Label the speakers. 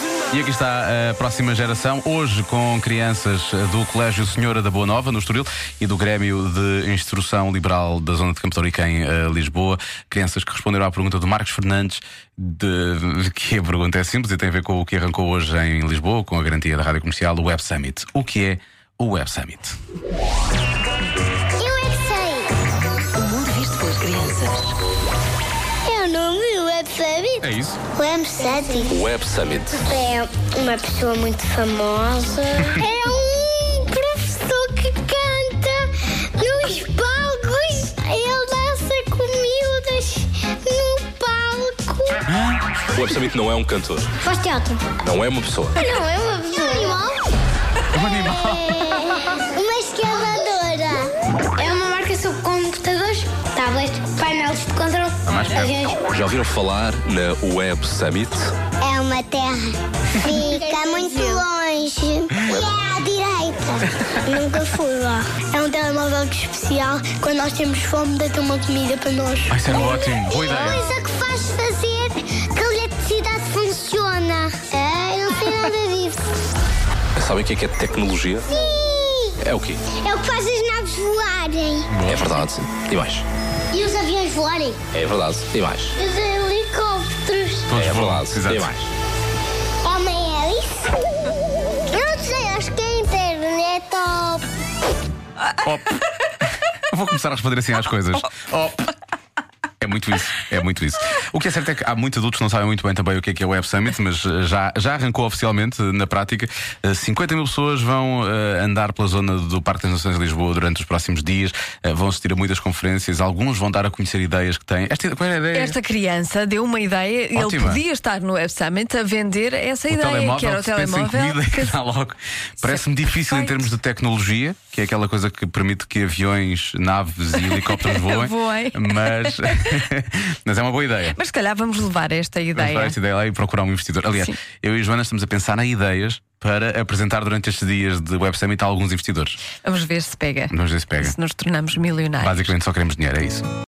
Speaker 1: E aqui está a próxima geração, hoje com crianças do Colégio Senhora da Boa Nova, no Estoril, e do Grêmio de Instrução Liberal da Zona de Campo Tórico, em eh, Lisboa. Crianças que responderam à pergunta do Marcos Fernandes, de, de que a pergunta é simples e tem a ver com o que arrancou hoje em Lisboa, com a garantia da Rádio Comercial, o Web Summit. O que é o Web Summit?
Speaker 2: Eu é que
Speaker 3: O mundo visto pelas crianças.
Speaker 2: sei. É o nome do Web Summit.
Speaker 1: É isso?
Speaker 2: O Web Summit
Speaker 4: Web Summit.
Speaker 2: é uma pessoa muito famosa. é um professor que canta nos palcos. Ele dança com miúdas no palco.
Speaker 4: O Web Summit não é um cantor,
Speaker 2: Faz teatro.
Speaker 4: não é uma pessoa.
Speaker 2: Não, é uma pessoa. animal.
Speaker 1: Um animal.
Speaker 2: Uma escavadora. É uma marca sobre computadores, tablets, painéis de controle, aviões.
Speaker 4: é. Já ouviram falar na Web Summit?
Speaker 2: É uma terra. Fica muito longe. E é à direita. Nunca fui lá. É um telemóvel especial. Quando nós temos fome, dá uma comida para nós.
Speaker 1: Ah, isso era ótimo, boa
Speaker 2: E
Speaker 1: ideia.
Speaker 4: É
Speaker 2: a coisa que faz fazer que a eletricidade funciona. É, eu não sei nada disso.
Speaker 4: Sabem o que é que é tecnologia?
Speaker 2: Sim!
Speaker 4: É o quê?
Speaker 2: É o que faz as naves voarem.
Speaker 4: É verdade. E mais?
Speaker 2: E os aviões voarem.
Speaker 4: É verdade. E mais?
Speaker 2: E os helicópteros.
Speaker 1: Todos
Speaker 4: É
Speaker 1: voam,
Speaker 4: verdade.
Speaker 1: exato.
Speaker 4: E mais?
Speaker 2: É uma hélice? Eu não sei, acho que é internet ou
Speaker 1: Op. Vou começar a responder assim às coisas. Op. É muito isso, é muito isso. O que é certo é que há muitos adultos que não sabem muito bem também o que é que é o Web Summit, mas eh, já, já arrancou oficialmente, eh, na prática. Eh, 50 mil pessoas vão eh, andar pela zona do Parque das Nações de Lisboa durante os próximos dias, eh, vão assistir a muitas conferências, alguns vão dar a conhecer ideias que têm. Esta, qual era a ideia?
Speaker 5: Esta criança deu uma ideia, ele
Speaker 1: Ótima.
Speaker 5: podia estar no Web Summit a vender essa
Speaker 1: o
Speaker 5: ideia,
Speaker 1: telemóvel,
Speaker 5: que era o
Speaker 1: que se pensa em
Speaker 5: telemóvel.
Speaker 1: comida e
Speaker 5: que-
Speaker 1: dá logo. Parece-me difícil em
Speaker 5: perfeito.
Speaker 1: termos de tecnologia, que é aquela coisa que permite que aviões, naves e helicópteros voem.
Speaker 5: Voem.
Speaker 1: Mas, mas é uma boa ideia.
Speaker 5: Mas se calhar vamos levar esta
Speaker 1: Vamos
Speaker 5: ideia.
Speaker 1: dar esta ideia lá e procurar um investidor. Aliás,
Speaker 5: Sim.
Speaker 1: eu e a Joana estamos a pensar em ideias para apresentar durante estes dias de Web Summit a alguns investidores.
Speaker 5: Vamos ver se pega.
Speaker 1: Vamos ver se pega.
Speaker 5: Se nos tornamos milionários.
Speaker 1: Basicamente só queremos dinheiro, é isso.